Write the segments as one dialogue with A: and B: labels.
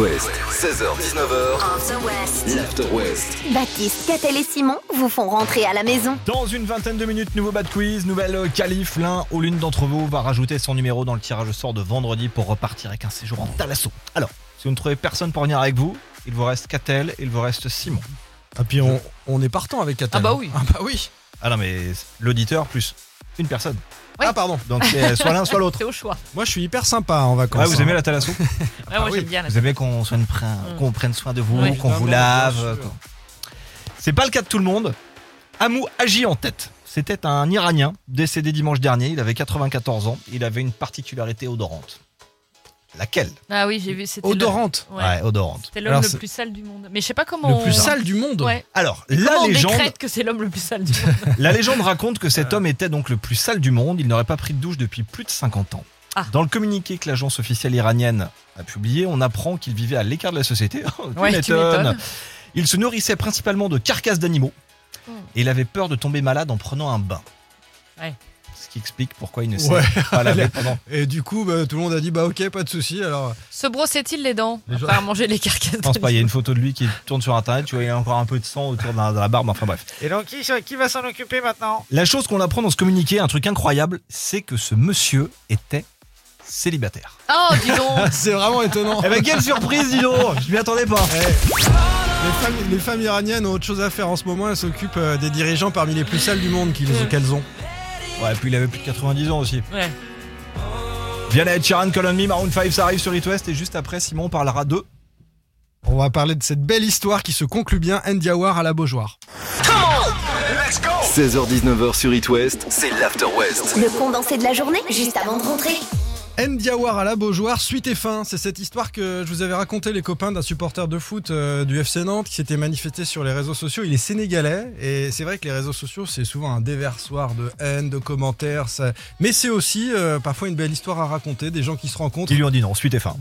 A: West, 16h-19h,
B: After West.
A: l'After West.
B: Baptiste, Catel et Simon vous font rentrer à la maison.
C: Dans une vingtaine de minutes, nouveau bad quiz, nouvelle euh, qualif. L'un ou l'une d'entre vous va rajouter son numéro dans le tirage au sort de vendredi pour repartir avec un séjour en Thalasso. Alors, si vous ne trouvez personne pour venir avec vous, il vous reste Catel, il vous reste Simon.
D: Et puis on, on est partant avec Qatar.
E: Ah bah oui.
D: Ah bah oui.
C: Ah non, mais l'auditeur plus une personne.
E: Oui.
D: Ah pardon.
C: Donc c'est euh, soit l'un, soit l'autre.
E: C'est au choix.
D: Moi je suis hyper sympa en vacances.
C: Ouais, vous
D: hein.
C: aimez la Thalasso Ah
E: Ouais, moi j'aime bien la
C: Vous aimez qu'on soigne prin-
E: Mm.
C: qu'on prenne soin de vous,
E: Oui.
C: qu'on vous
D: Évidemment,
C: lave.
D: bien sûr.
C: qu'on- C'est pas le cas de tout le monde. Amou agit en tête. C'était un Iranien décédé dimanche dernier. Il avait 94 ans. Il avait une particularité odorante. Laquelle
E: Ah oui, j'ai vu. C'était le-
D: Odorante.
E: Ouais.
C: odorante.
E: C'était l'homme
D: Alors,
E: le
D: c'est-
E: plus sale du monde. Mais je sais pas comment.
D: Le plus
E: on-
D: sale du monde.
E: Oh. Ouais.
C: Alors, la
E: Comment on
C: légende,
E: décrète que c'est l'homme le plus sale du monde.
C: la légende raconte que cet homme était donc le plus sale du monde. Il n'aurait pas pris de douche depuis plus de 50 ans.
E: Ah.
C: Dans le communiqué que l'agence officielle iranienne a publié, on apprend qu'il vivait à l'écart de la société. Oh, Tu
E: Ouais, tu m'étonnes.
C: Il se nourrissait principalement de carcasses d'animaux
E: Mm.
C: et il avait peur de tomber malade en prenant un bain.
E: Ouais.
C: Ce qui explique pourquoi il ne s'est
D: Ouais.
C: pas lavé pendant.
D: Et du coup, bah, tout le monde a dit bah ok, pas de souci. Alors
E: Se brossait-il les dents
D: Les gens-
E: Après à manger les carcasses
C: Je pense pas, il y a une photo de lui qui tourne sur internet, tu vois, il y a encore un peu de sang autour de la, de la barbe, enfin bref.
F: Et donc, qui, qui va s'en occuper maintenant
C: La chose qu'on apprend dans ce communiqué, un truc incroyable, c'est que ce monsieur était célibataire.
E: Oh, dis donc
D: c'est vraiment étonnant.
C: Eh ben quelle surprise, dis donc Je m'y attendais pas
D: Eh. Les femmes, les femmes iraniennes ont autre chose à faire en ce moment. Elles s'occupent euh, des dirigeants parmi les plus sales du monde qu'ils-
E: Mm.
D: qu'elles ont.
C: Ouais, et puis il avait plus de 90 ans aussi.
E: Ouais.
C: Viens et Chiran, Colon Me, Maroon 5, ça arrive sur It West, et juste après, Simon on parlera de...
D: On va parler de cette belle histoire qui se conclut bien. Ndiawar à la Beaujoire.
A: 16h-19h sur It West, c'est l'After West.
B: Le condensé de la journée, juste avant de rentrer.
D: Ndiawar à la Beaujoire, suite et fin. C'est cette histoire que je vous avais raconté, les copains d'un supporter de foot euh, du FC Nantes qui s'était manifesté sur les réseaux sociaux. Il est sénégalais et c'est vrai que les réseaux sociaux, c'est souvent un déversoir de haine, de commentaires. ça- Mais c'est aussi euh, parfois une belle histoire à raconter, des gens qui se rencontrent,
C: Ils lui ont dit non, suite et fin.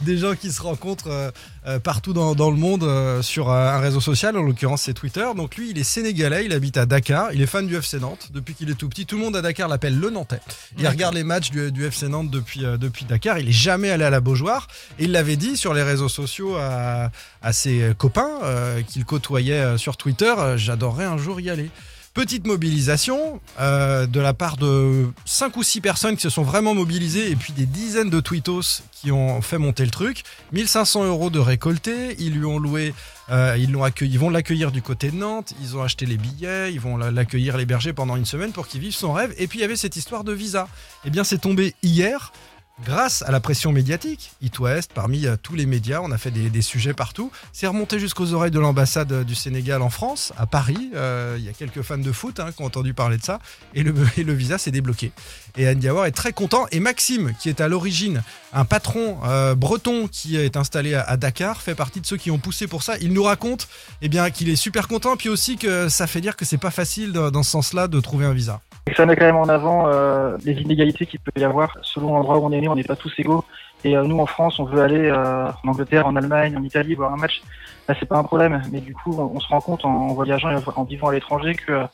D: des gens qui se rencontrent euh, euh, partout dans, dans le monde euh, sur euh, un réseau social, en l'occurrence c'est Twitter. Donc lui, il est sénégalais, il habite à Dakar, il est fan du FC Nantes depuis qu'il est tout petit. Tout le monde à Dakar l'appelle le Nantais. Il regarde les matchs du, du FC Nantes depuis, euh, depuis Dakar. Il est jamais allé à la Beaujoire. Et il l'avait dit sur les réseaux sociaux à, à ses copains euh, qu'il côtoyait euh, sur Twitter. euh, J'adorerais un jour y aller. Petite mobilisation euh, de la part de cinq ou six personnes qui se sont vraiment mobilisées et puis des dizaines de tweetos qui ont fait monter le truc. 1500 euros de récolté, ils lui ont loué, euh, ils l'ont accueilli, ils vont l'accueillir du côté de Nantes, ils ont acheté les billets, ils vont la- l'accueillir l'héberger pendant une semaine pour qu'il vive son rêve. Et puis il y avait cette histoire de visa. Eh bien, c'est tombé hier. Grâce à la pression médiatique, It West, parmi euh, tous les médias, on a fait des, des sujets partout. C'est remonté jusqu'aux oreilles de l'ambassade euh, du Sénégal en France, à Paris. Euh, Il y a quelques fans de foot hein, qui ont entendu parler de ça. Et le, et le visa s'est débloqué. Et Anne Diawar est très content. Et Maxime, qui est à l'origine, un patron euh, breton qui est installé à, à Dakar, fait partie de ceux qui ont poussé pour ça. Il nous raconte eh bien, qu'il est super content, puis aussi que ça fait dire que c'est pas facile dans dans ce sens-là de trouver un visa.
G: Et ça met quand même en avant euh, les inégalités qu'il peut y avoir selon l'endroit où on est né. On n'est pas tous égaux. Et euh, nous, en France, on veut aller euh, en Angleterre, en Allemagne, en Italie voir un match. Là, c'est pas un problème. Mais du coup, on, on se rend compte en, en voyageant et en vivant à l'étranger que euh,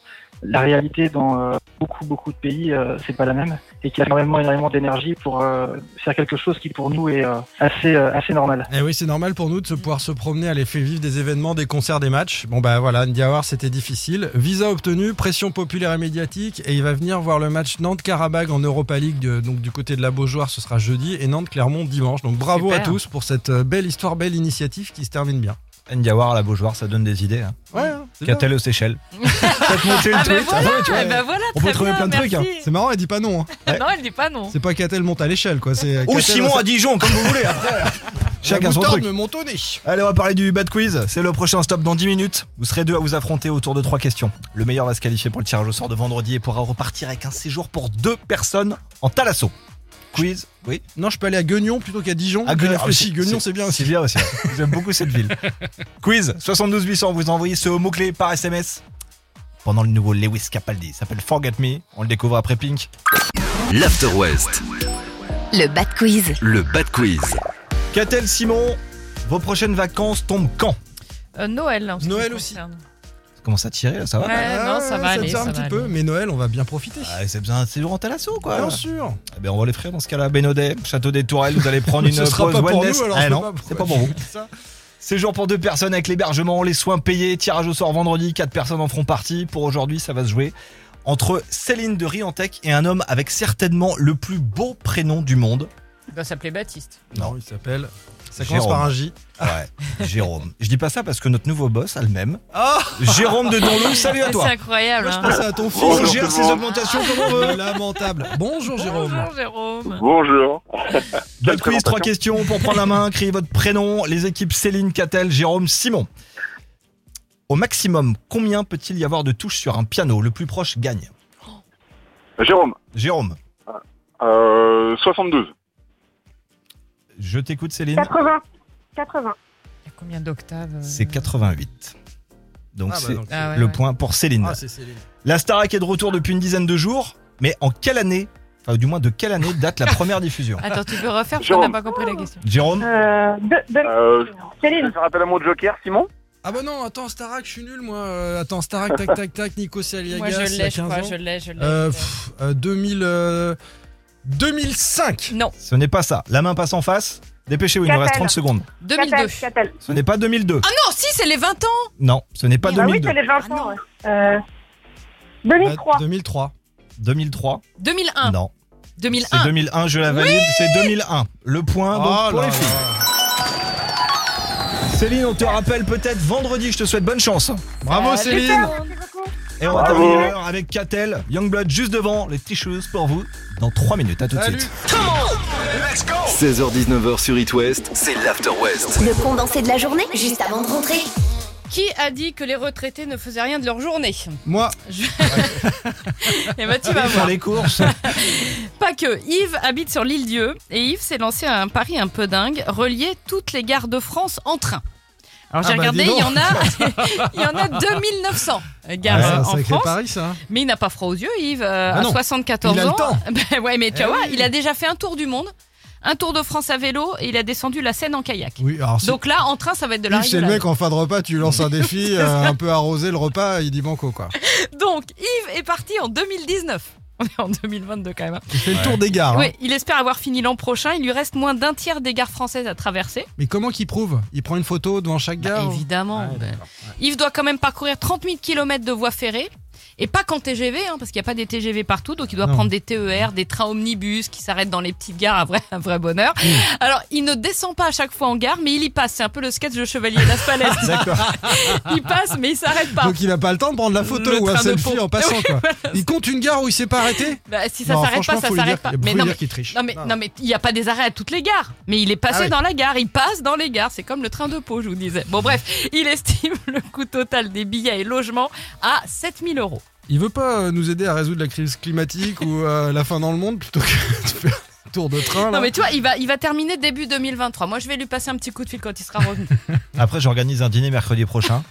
G: la réalité dans euh, beaucoup, beaucoup de pays, euh, c'est pas la même. Et qu'il y a énormément, énormément d'énergie pour euh, faire quelque chose qui, pour nous, est euh, assez, euh, assez normal.
D: Eh oui, c'est normal pour nous de se pouvoir se promener, aller faire vivre des événements, des concerts, des matchs. Bon bah voilà, Ndiawar c'était difficile. Visa obtenu, pression populaire et médiatique, et il va venir voir le match Nantes-Karabag en Europa League, de- donc du côté de la Beaujoire, ce sera jeudi, et Nantes-Clermont dimanche. Donc bravo
E: Super.
D: à tous pour cette euh, belle histoire, belle initiative qui se termine bien.
C: Ndiawar à la Beaujoire, ça donne des idées. Hein.
D: Ouais, hein, c'est bien.
C: Catel aux Seychelles. Faites monter le
E: Ah ben
C: tweet.
E: voilà,
C: Ah ouais, tu vois.
E: eh ben voilà
C: On peut
E: très
C: trouver
E: bien,
C: plein de trucs,
E: merci.
D: hein.
E: Ah,
D: c'est marrant, elle dit pas non. hein.
E: Non, elle dit pas non.
D: C'est pas Catel monte à l'échelle quoi. C'est
C: Ou
D: Catel-
C: Simon à Dijon, comme vous voulez. Après, chacun
D: La
C: son
D: moutarde
C: truc.
D: euh, me monte au nez.
C: Allez, on va parler du bad quiz. C'est le prochain stop dans 10 minutes. Vous serez deux à vous affronter autour de trois questions. Le meilleur va se qualifier pour le tirage au sort de vendredi et pourra repartir avec un séjour pour deux personnes en Talasso. Quiz, oui.
D: Non, je peux aller à Guignon plutôt qu'à Dijon.
C: Ah, Guignon,
D: J'ai réfléchi,
C: c'est-
D: Oh, Guignon c'est bien aussi.
C: C'est bien aussi. hein. J'aime beaucoup cette ville. Quiz 72 800. Vous envoyez ce mot-clé par SMS pendant le nouveau Lewis Capaldi. Il s'appelle Forget Me. On le découvre après Pink.
A: L'After West,
B: Le Bad Quiz.
A: le Bad Quiz.
C: Catel Simon, vos prochaines vacances tombent quand
E: Euh, Noël. en ce qui
D: Noël
E: me
D: aussi.
E: concerne.
C: commence à tirer, là, ça va
E: Ouais, non, ça va
D: Ah, ça
E: aller.
D: tire un
E: ça
D: petit
E: va
D: peu,
E: aller.
D: mais Noël, on va bien profiter.
C: Ah, C'est besoin de séjour en talasso, quoi.
D: Bien sûr.
C: Eh ben, on va les frères dans ce cas-là. Bénodet, Château des Tourelles, vous allez prendre une
D: Ce
C: pause
D: sera pas pour
C: wellness.
D: nous, alors
C: Ah
D: je
C: non,
D: peux
C: c'est pas pour vous.
D: Ça.
C: Séjour pour deux personnes avec l'hébergement, les soins payés, tirage au sort vendredi, quatre personnes en feront partie. Pour aujourd'hui, ça va se jouer entre Céline de Riantec et un homme avec certainement le plus beau prénom du monde.
E: Il doit s'appeler Baptiste.
D: Non, il s'appelle. Ça
C: Jérôme.
D: commence par un J.
C: Ouais, Jérôme. Je dis pas ça parce que notre nouveau boss a le même.
D: Ah.
C: Jérôme de Donlou, salut à
E: Ah, C'est
C: toi.
E: incroyable. hein.
D: Pensez à ton fils.
C: On gère ses augmentations comme on veut.
D: Lamentable. Bonjour Jérôme.
E: Bonjour Jérôme.
H: Bonjour.
C: Deux
H: Bonne
C: quiz, trois
H: présentation.
C: questions pour prendre la main. Criez votre prénom. Les équipes Céline, Catel, Jérôme, Simon. Au maximum, combien peut-il y avoir de touches sur un piano Le plus proche gagne.
H: Jérôme,
C: Jérôme,
H: euh, 72.
C: je t'écoute Céline.
I: 80. 80.
E: Il y a combien d'octaves euh
C: C'est 88. Donc
D: Ah, bah,
C: c'est
D: donc,
E: Ah ouais,
C: le
E: ouais.
C: point pour Céline.
D: ah, c'est Céline.
C: la Starac est de retour depuis une dizaine de jours, mais en quelle année, enfin du moins de quelle année date la première diffusion
E: Attends, tu peux refaire parce qu'on
H: Jérôme.
E: n'a pas compris la question.
C: Jérôme
I: Euh, de, de-
H: Euh, je vais
I: Céline.
H: faire appel à mon joker, Simon.
D: Ah bah non, attends, Starak, je suis nul moi. Euh, Attends, Starak, tac, tac, tac, Nico Saliagas.
E: Moi
D: il
E: je
D: y a
E: l'ai, je
D: 15
E: crois,
D: ans.
E: je l'ai, je l'ai.
D: Euh,
E: je l'ai.
D: pff, euh, 2000, euh, 2005.
E: Non,
C: Ce n'est pas ça. La main passe en face. Dépêchez-vous, il nous reste
I: Catel.
C: 30 secondes.
E: 2002.
I: Catel, Catel.
C: Ce n'est pas 2002.
E: Ah non, si, c'est les 20 ans
C: Non, ce n'est pas
I: Bah oui,
C: 2002.
I: c'est les 20
E: Ah non.
I: ans. ouais. Euh, 2003.
D: Bah, 2003.
C: 2003.
E: 2001.
C: Non. C'est
E: 2001.
C: 2001, je la valide. c'est 2001. Le point Ah, donc,
D: Oh
C: pour
D: là
C: les filles.
D: là.
C: Céline, on te rappelle peut-être vendredi. Je te souhaite bonne chance.
D: Bravo
E: Euh,
D: Céline.
C: Et on va
H: Bravo.
C: terminer l'heure avec Catel, Youngblood juste devant, les t-shirts pour vous dans 3 minutes. À tout de
D: Salut.
C: suite.
A: 16h-19h sur It West, c'est l'After West.
B: Le condensé de la journée, juste avant de rentrer.
E: Qui a dit que les retraités ne faisaient rien de leur journée
D: Moi,
E: Et bah tu vas
C: Faire
E: voir.
C: les courses.
E: Pas que. Yves habite sur l'île Dieu et Yves s'est lancé à un pari un peu dingue, relier toutes les gares de France en train. Alors j'ai
D: Ah bah,
E: regardé,
D: dis
E: il
D: donc.
E: y en a, il y en a 2900 gares
D: Ouais,
E: euh,
D: c'est un
E: en
D: sacré
E: France.
D: Paris Ah, ça.
E: Mais il n'a pas froid aux yeux, Yves, euh,
D: Ah
E: à
D: non.
E: 74
D: Il a le
E: ans.
D: temps.
E: Ben ouais, mais tu
D: Eh
E: vois,
D: oui.
E: il a déjà fait un tour du monde, un tour de France à vélo et il a descendu la Seine en kayak.
D: Oui, alors c'est-
E: Donc là, en train, ça va être de la
D: Yves, c'est le
E: rigolade.
D: mec en fin de repas, tu lances un défi, euh, un peu arrosé le repas, il dit banco quoi.
E: Donc Yves est parti en 2019. On est en 2022 quand même. hein.
D: Il fait le tour des gares. hein.
E: Oui, il espère avoir fini l'an prochain. Il lui reste moins d'un tiers des gares françaises à traverser.
D: Mais comment qu'il prouve Il prend une photo devant chaque
E: Bah,
D: gare ou-
E: évidemment.
D: Ouais,
E: bah.
D: d'accord.
E: Yves doit quand même parcourir 30 000 km de voies ferrées. Et pas qu'en TGV, hein, parce qu'il n'y a pas des TGV partout, donc il doit
D: Non.
E: prendre des TER, des trains omnibus qui s'arrêtent dans les petites gares, à vrai, un vrai bonheur.
D: Mmh.
E: Alors, il ne descend pas à chaque fois en gare, mais il y passe. C'est un peu le sketch de Chevalier Laspalais.
D: D'accord.
E: il passe, mais il s'arrête pas.
D: Donc il a pas le temps de prendre la photo
E: Le
D: ou un
E: train de
D: selfie
E: pompe.
D: en passant quoi. Il compte une gare où il s'est pas arrêté
E: Bah, si ça
D: Non,
E: s'arrête pas,
D: franchement,
E: ça
D: faut lui
E: s'arrête
D: dire-
E: pas.
D: faut
E: Mais
D: lui
E: non,
D: dire
E: mais-
D: qu'il triche.
E: non, mais non, mais il n'y a pas des arrêts à toutes les gares. Mais il est passé
D: Ah oui.
E: dans la gare, il passe dans les gares. C'est comme le train de peau, je vous disais. Bon, bref, il estime le coût total des billets et logements à 7000 euros.
D: Il veut pas euh, nous aider à résoudre la crise climatique ou euh, la fin dans le monde plutôt que de faire un tour de train. là.
E: Non, mais tu vois, il va, il va terminer début 2023. Moi, je vais lui passer un petit coup de fil quand il sera revenu.
C: Après, j'organise un dîner mercredi prochain.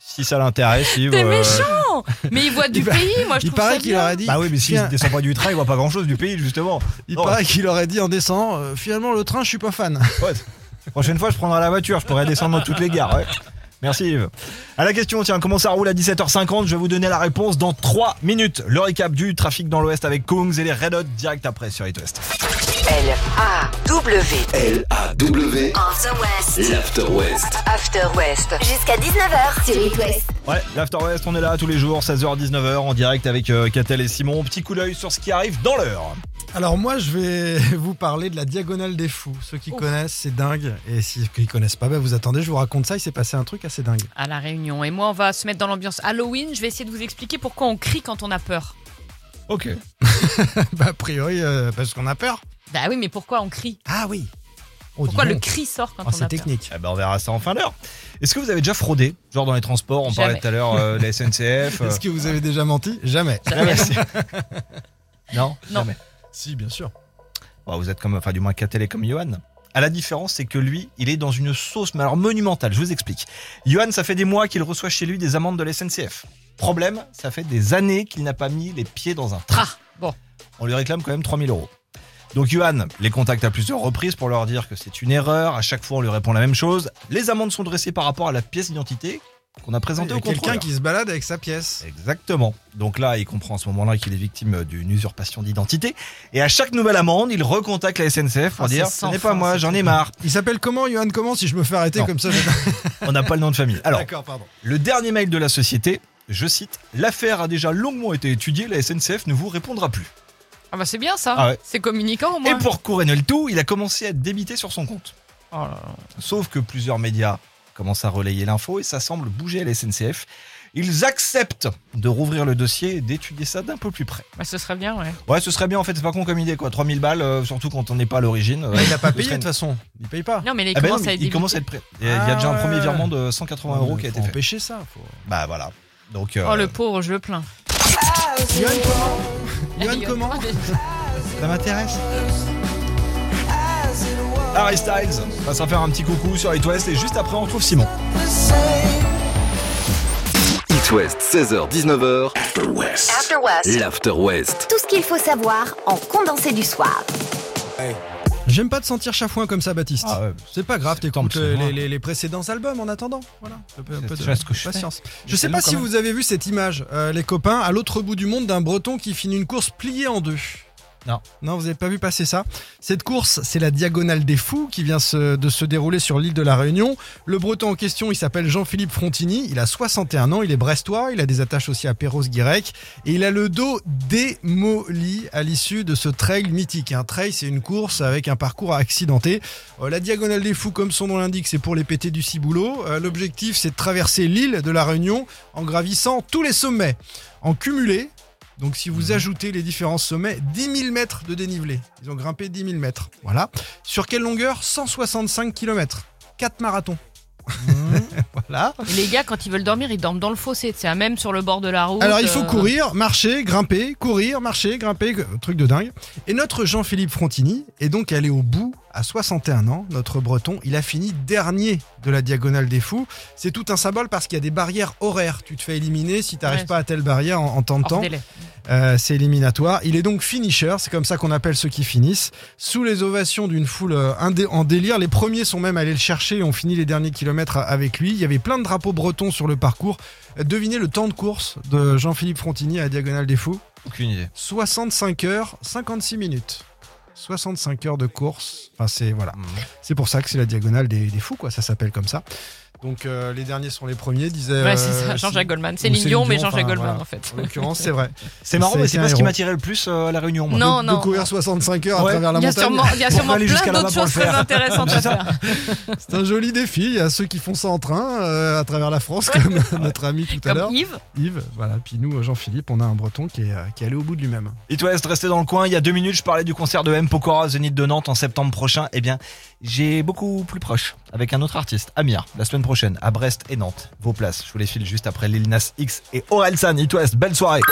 C: Si ça l'intéresse, Yves.
E: T'es
C: euh,
E: méchant Mais il voit du
D: Il va-
E: pays, moi, je
D: il
E: trouve ça
D: paraît qu'il
E: bien.
D: aurait dit.
C: Bah oui, mais s'il
D: Tiens.
C: descend pas du train, il voit pas grand chose du pays, justement.
D: Il
C: Non.
D: paraît qu'il aurait dit en descendant. euh, finalement, le train, je suis pas fan.
C: Ouais. Prochaine fois, je prendrai la voiture, je pourrai descendre dans toutes les gares. ouais. Merci Yves. À la question, tiens, comment ça roule à 17h50 Je vais vous donner la réponse dans 3 minutes. Le récap du trafic dans l'Ouest avec Kongs et les Red Hot direct après sur It West.
J: L-A-W,
A: L-A-W,
B: On the West.
A: l'After West.
J: After West.
B: Jusqu'à 19h sur It West.
C: Ouais, l'After West, on est là tous les jours, 16h-19h en direct avec euh, Catel et Simon. Petit coup d'œil sur ce qui arrive dans l'heure.
D: Alors moi, je vais vous parler de la diagonale des fous. Ceux qui
E: Ouf.
D: connaissent, c'est dingue. Et ceux qui connaissent pas, bah, vous attendez, je vous raconte ça. Il s'est passé un truc assez dingue.
E: À la réunion. Et moi, on va se mettre dans l'ambiance Halloween. Je vais essayer de vous expliquer pourquoi on crie quand on a peur.
C: Ok.
D: bah, a priori, euh, parce qu'on a peur.
E: Bah oui, mais pourquoi on crie
D: Ah oui. Oh, dis
E: Pourquoi le
D: donc.
E: cri sort quand
D: Oh,
E: on a
D: C'est
E: peur
D: technique.
C: Eh ben, on verra ça en fin d'heure. Est-ce que vous avez déjà fraudé Genre dans les transports, on parlait
E: Jamais.
C: tout à l'heure euh, de la SNCF. euh,
D: Est-ce que vous avez déjà menti Jamais.
E: Jamais.
C: Non,
E: Non.
C: jamais.
D: Si, bien sûr.
C: Bon, Oh, vous êtes comme, enfin du moins Catel est comme Johan. À la différence, c'est que lui, il est dans une sauce, mais alors monumentale, je vous explique. Johan, ça fait des mois qu'il reçoit chez lui des amendes de la SNCF. Problème, ça fait des années qu'il n'a pas mis les pieds dans un train.
E: Ah, bon.
C: On lui réclame quand même 3000 euros. Donc Johan les contacte à plusieurs reprises pour leur dire que c'est une erreur, à chaque fois on lui répond la même chose. Les amendes sont dressées par rapport à la pièce d'identité qu'on a présenté
D: Il y
C: au
D: a quelqu'un
C: contrôleur.
D: qui se balade avec sa pièce.
C: Exactement. Donc là, il comprend à ce moment-là qu'il est victime d'une usurpation d'identité. Et à chaque nouvelle amende, il recontacte la SNCF pour
E: Ah,
C: dire
E: c'est
C: Ce
E: sans
C: n'est pas
E: fin,
C: moi,
E: cette
C: j'en ai marre.
D: Il s'appelle comment, Johan Comment Si je me fais arrêter
C: Non.
D: comme ça, je...
C: On n'a pas le nom de famille. Alors,
D: D'accord, pardon.
C: le dernier mail de la société, je cite L'affaire a déjà longuement été étudiée, la SNCF ne vous répondra plus.
E: Ah bah c'est bien ça.
C: Ah ouais.
E: C'est communicant au moins.
C: Et pour couronner le tout, il a commencé à débiter sur son compte.
E: Oh là là.
C: Sauf que plusieurs médias commencent à relayer l'info et ça semble bouger à la SNCF. Ils acceptent de rouvrir le dossier et d'étudier ça d'un peu plus près.
E: Bah, ce serait bien, ouais.
C: Ouais, ce serait bien en fait, c'est pas con comme idée quoi. 3000 balles, euh, surtout quand on n'est pas à l'origine. euh,
D: Bah, il a pas
C: ce
D: payé de
C: serait-
D: toute façon. Il paye pas.
E: Non, mais les
C: Ah ben non,
E: commence à
C: mais
E: être
C: il commence à être prêt. Il y a il y a déjà un
D: Ah
C: premier
D: ouais.
C: virement de 180 euros qui a été
D: Faut
C: fait.
D: empêcher ça. faut-
C: Bah voilà. Donc,
E: débile.
C: euh,
E: Oh le pauvre, je le plains.
D: Johan comment Johan comment
E: euh,
C: ça m'intéresse. Harry Styles passe à faire un petit coucou sur It West et juste après on retrouve Simon.
A: It West, 16h-19h. After West.
B: After West.
A: L'After West.
B: Tout ce qu'il faut savoir en condensé du soir.
D: J'aime pas te sentir chafouin comme ça, Baptiste.
C: ouais,
D: Ah, C'est pas grave,
C: C'est
D: t'écoutes
C: tant
D: euh,
C: pis, moi.
D: les, les- les précédents albums en attendant. Voilà, un peu, un
C: C'est
D: peu
C: déjà ce que je fais.
D: patience.
C: Mais
D: Je sais
C: c'est
D: pas
C: long, quand
D: si
C: même.
D: vous avez vu cette image, euh, les copains, à l'autre bout du monde d'un breton qui finit une course pliée en deux.
C: Non.
D: Non, vous n'avez pas vu passer ça. Cette course, c'est la Diagonale des Fous qui vient se- de se dérouler sur l'île de la Réunion. Le breton en question, il s'appelle Jean-Philippe Frontini, il a 61 ans, il est brestois, il a des attaches aussi à Perros-Guirec et il a le dos démoli à l'issue de ce trail mythique. Un trail, c'est une course avec un parcours accidenté. Euh, la diagonale des fous, comme son nom l'indique, c'est pour les pétés du ciboulot. Euh, L'objectif, c'est de traverser l'île de la Réunion en gravissant tous les sommets. En cumulé, donc si vous ajoutez les différents sommets, 10 000 mètres de dénivelé. Ils ont grimpé 10 000 mètres. Voilà. Sur quelle longueur 165 km. 4 marathons. voilà.
E: Et les gars, quand ils veulent dormir, ils dorment dans le fossé. C'est un même sur le bord de la route.
D: Alors il faut
E: euh,
D: courir, marcher, grimper, courir, marcher, grimper, g- truc de dingue. Et notre Jean-Philippe Frontini est donc allé au bout à 61 ans, notre Breton, il a fini dernier de la diagonale des fous. C'est tout un symbole parce qu'il y a des barrières horaires. Tu te fais éliminer si t'arrives
E: Ouais.
D: pas à telle barrière en, en temps de
E: hors
D: temps.
E: délai.
D: Euh, c'est éliminatoire. Il est donc finisher, c'est comme ça qu'on appelle ceux qui finissent. Sous les ovations d'une foule euh, indé- en délire, les premiers sont même allés le chercher et ont fini les derniers kilomètres a- avec lui. Il y avait plein de drapeaux bretons sur le parcours. Euh, Devinez le temps de course de Jean-Philippe Frontini à la Diagonale des Fous
C: Aucune idée.
D: 65 heures, 56 minutes. 65 heures de course. Enfin, c'est voilà.
C: Mhm.
D: C'est pour ça que c'est la Diagonale des, des Fous, quoi. Ça s'appelle comme ça. Donc euh, les derniers sont les premiers, disait.
E: Ouais, c'est ça,
D: euh,
E: Jean-Jacques
D: si-
E: Goldman.
D: ou
E: Céline Dion, mais
D: enfin,
E: Jean-Jacques Goldman
D: voilà.
E: en fait.
D: En l'occurrence, c'est vrai.
C: C'est marrant,
D: C'est-
C: mais
D: c'est
C: c'est
D: un
C: pas ce qui
D: héros.
C: m'attirait le plus euh, à la Réunion. moi.
E: Non,
D: de,
E: non.
D: de courir 65 heures
C: Ouais.
D: à travers la
E: Il y a
D: montagne.
E: sûrement, il y a
C: Pour
E: sûrement
C: aller jusqu'à
E: plein
C: là-bas
E: d'autres
C: pour le
E: choses très
C: faire.
E: intéressantes à faire.
D: C'est un joli défi. Il y a ceux qui font ça en train euh, à travers la France, comme notre ami tout à l'heure,
E: Comme Yves.
D: Yves. Voilà. Puis nous, Jean-Philippe, on a un Breton qui est, euh, qui est allé au bout de lui-même.
C: It West, restez dans le coin. Il y a deux minutes, je parlais du concert de M. Pokora, Zénith de Nantes en septembre prochain. Eh bien, j'ai beaucoup plus proche avec un autre artiste, Amir, la semaine prochaine à Brest et Nantes. Vos places, je vous les file juste après Lil Nas X et Orelsan. It West, belle soirée.